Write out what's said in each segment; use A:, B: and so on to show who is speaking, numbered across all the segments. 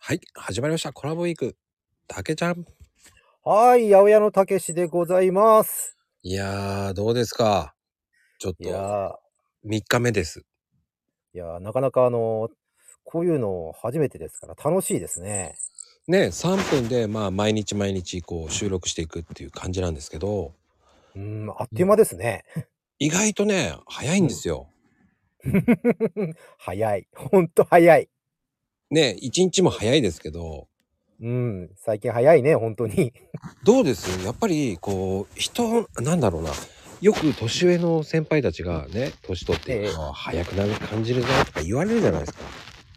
A: はい、始まりました。コラボウィーク。たけちゃん。
B: はい、八百屋のたけしでございます。
A: いやー、どうですかちょっ
B: いや
A: と、3日目です。
B: いやー、なかなかあのーこういうの初めてですから楽しいですね。
A: ね、3分で、まあ、毎日毎日、こう、収録していくっていう感じなんですけど、
B: うーん、あっという間ですね。
A: 意外とね、早いんですよ。
B: 早い。 ほんと早い。
A: ね、1日も早いですけど、
B: うん、最近早いね、本当に。
A: どうですやっぱり、こう、人、なんだろうな。よく年上の先輩たちがね、年取って
B: ええ、
A: あ早くなる感じるぞとか言われるじゃないですか。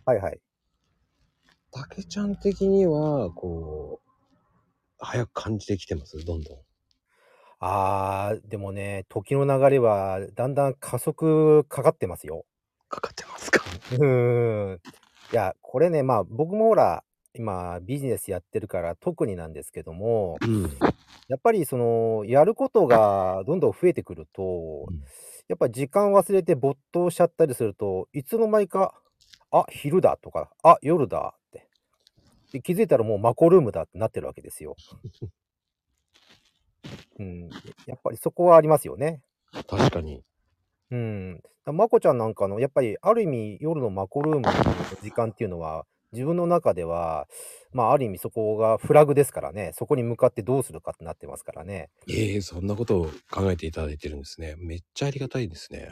B: はいはい。
A: たけちゃん的には、こう、早く感じてきてますどんどん。
B: あー、でもね、時の流れはだんだん加速かかってますよ。
A: かかってますか
B: うーん。いや、これね、まあ僕もほら、今ビジネスやってるから特になんですけども、
A: うん。
B: やっぱりその、やることがどんどん増えてくると、やっぱ時間忘れて没頭しちゃったりすると、いつの間にか、あ、昼だとか、あ、夜だって。で、気づいたらもうマコルームだってなってるわけですよ。うん。やっぱりそこはありますよね。
A: 確かに。
B: うん。だからまこちゃんなんかの、やっぱりある意味夜のマコルームの時間っていうのは、自分の中では、まあある意味そこがフラグですからね、そこに向かってどうするかってなってますからね。
A: ええそんなことを考えていただいてるんですね。めっちゃありがたいですね。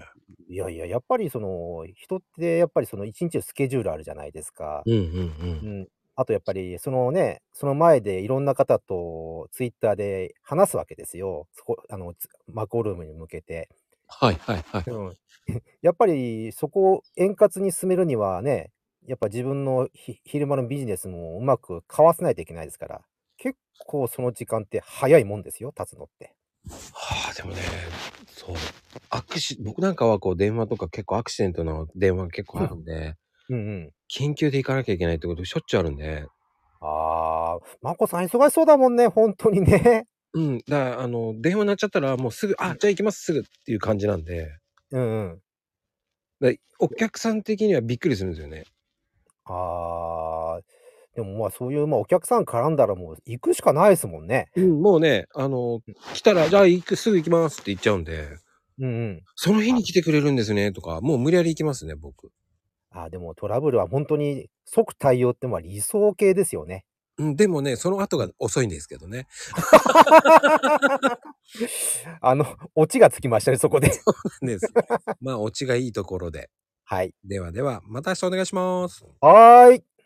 B: いやいや、やっぱりその、人ってやっぱりその一日のスケジュールあるじゃないですか。
A: うんうんうん。
B: うん。あとやっぱり、そのね、その前でいろんな方とツイッターで話すわけですよ。そこ、あの、つマコルームに向けて。
A: はいはいはい。
B: うん。 やっぱりそこを円滑に進めるにはね、やっぱ自分のひ昼間のビジネスもうまくかわせないといけないですから、結構その時間って早いもんですよ、経つのって。
A: はあ、でもね、そう。アクシ、僕なんかはこう電話とか結構アクシデントの電話が結構あるんで、
B: うんうん。
A: 緊急で行かなきゃいけないってことしょっちゅうあるんで、
B: ああ、まこさん忙しそうだもんね、本当にね。
A: うん、だから、あの、電話鳴っちゃったらもうすぐ、あ、じゃあ行きますすぐっていう感じなんで、
B: うんうん。
A: だからお客さん的にはびっくりするんですよね。
B: ああ、でもまあそういう、まあお客さん絡んだらもう行くしかないですもんね。
A: うん、もうね、あの、来たら、じゃあ行く、すぐ行きますって言っちゃうんで、
B: うんうん。
A: その日
B: あ
A: に来てくれるんですねとか、もう無理やり行きますね、僕。
B: あ、でもトラブルは本当に即対応ってまあ理想形ですよね。
A: うん、でもね、その後が遅いんですけどね。
B: あの、オチがつきましたね、そこで。
A: です。まあ、オチがいいところで。
B: はい。
A: ではでは、また明日お願いします。
B: はーい。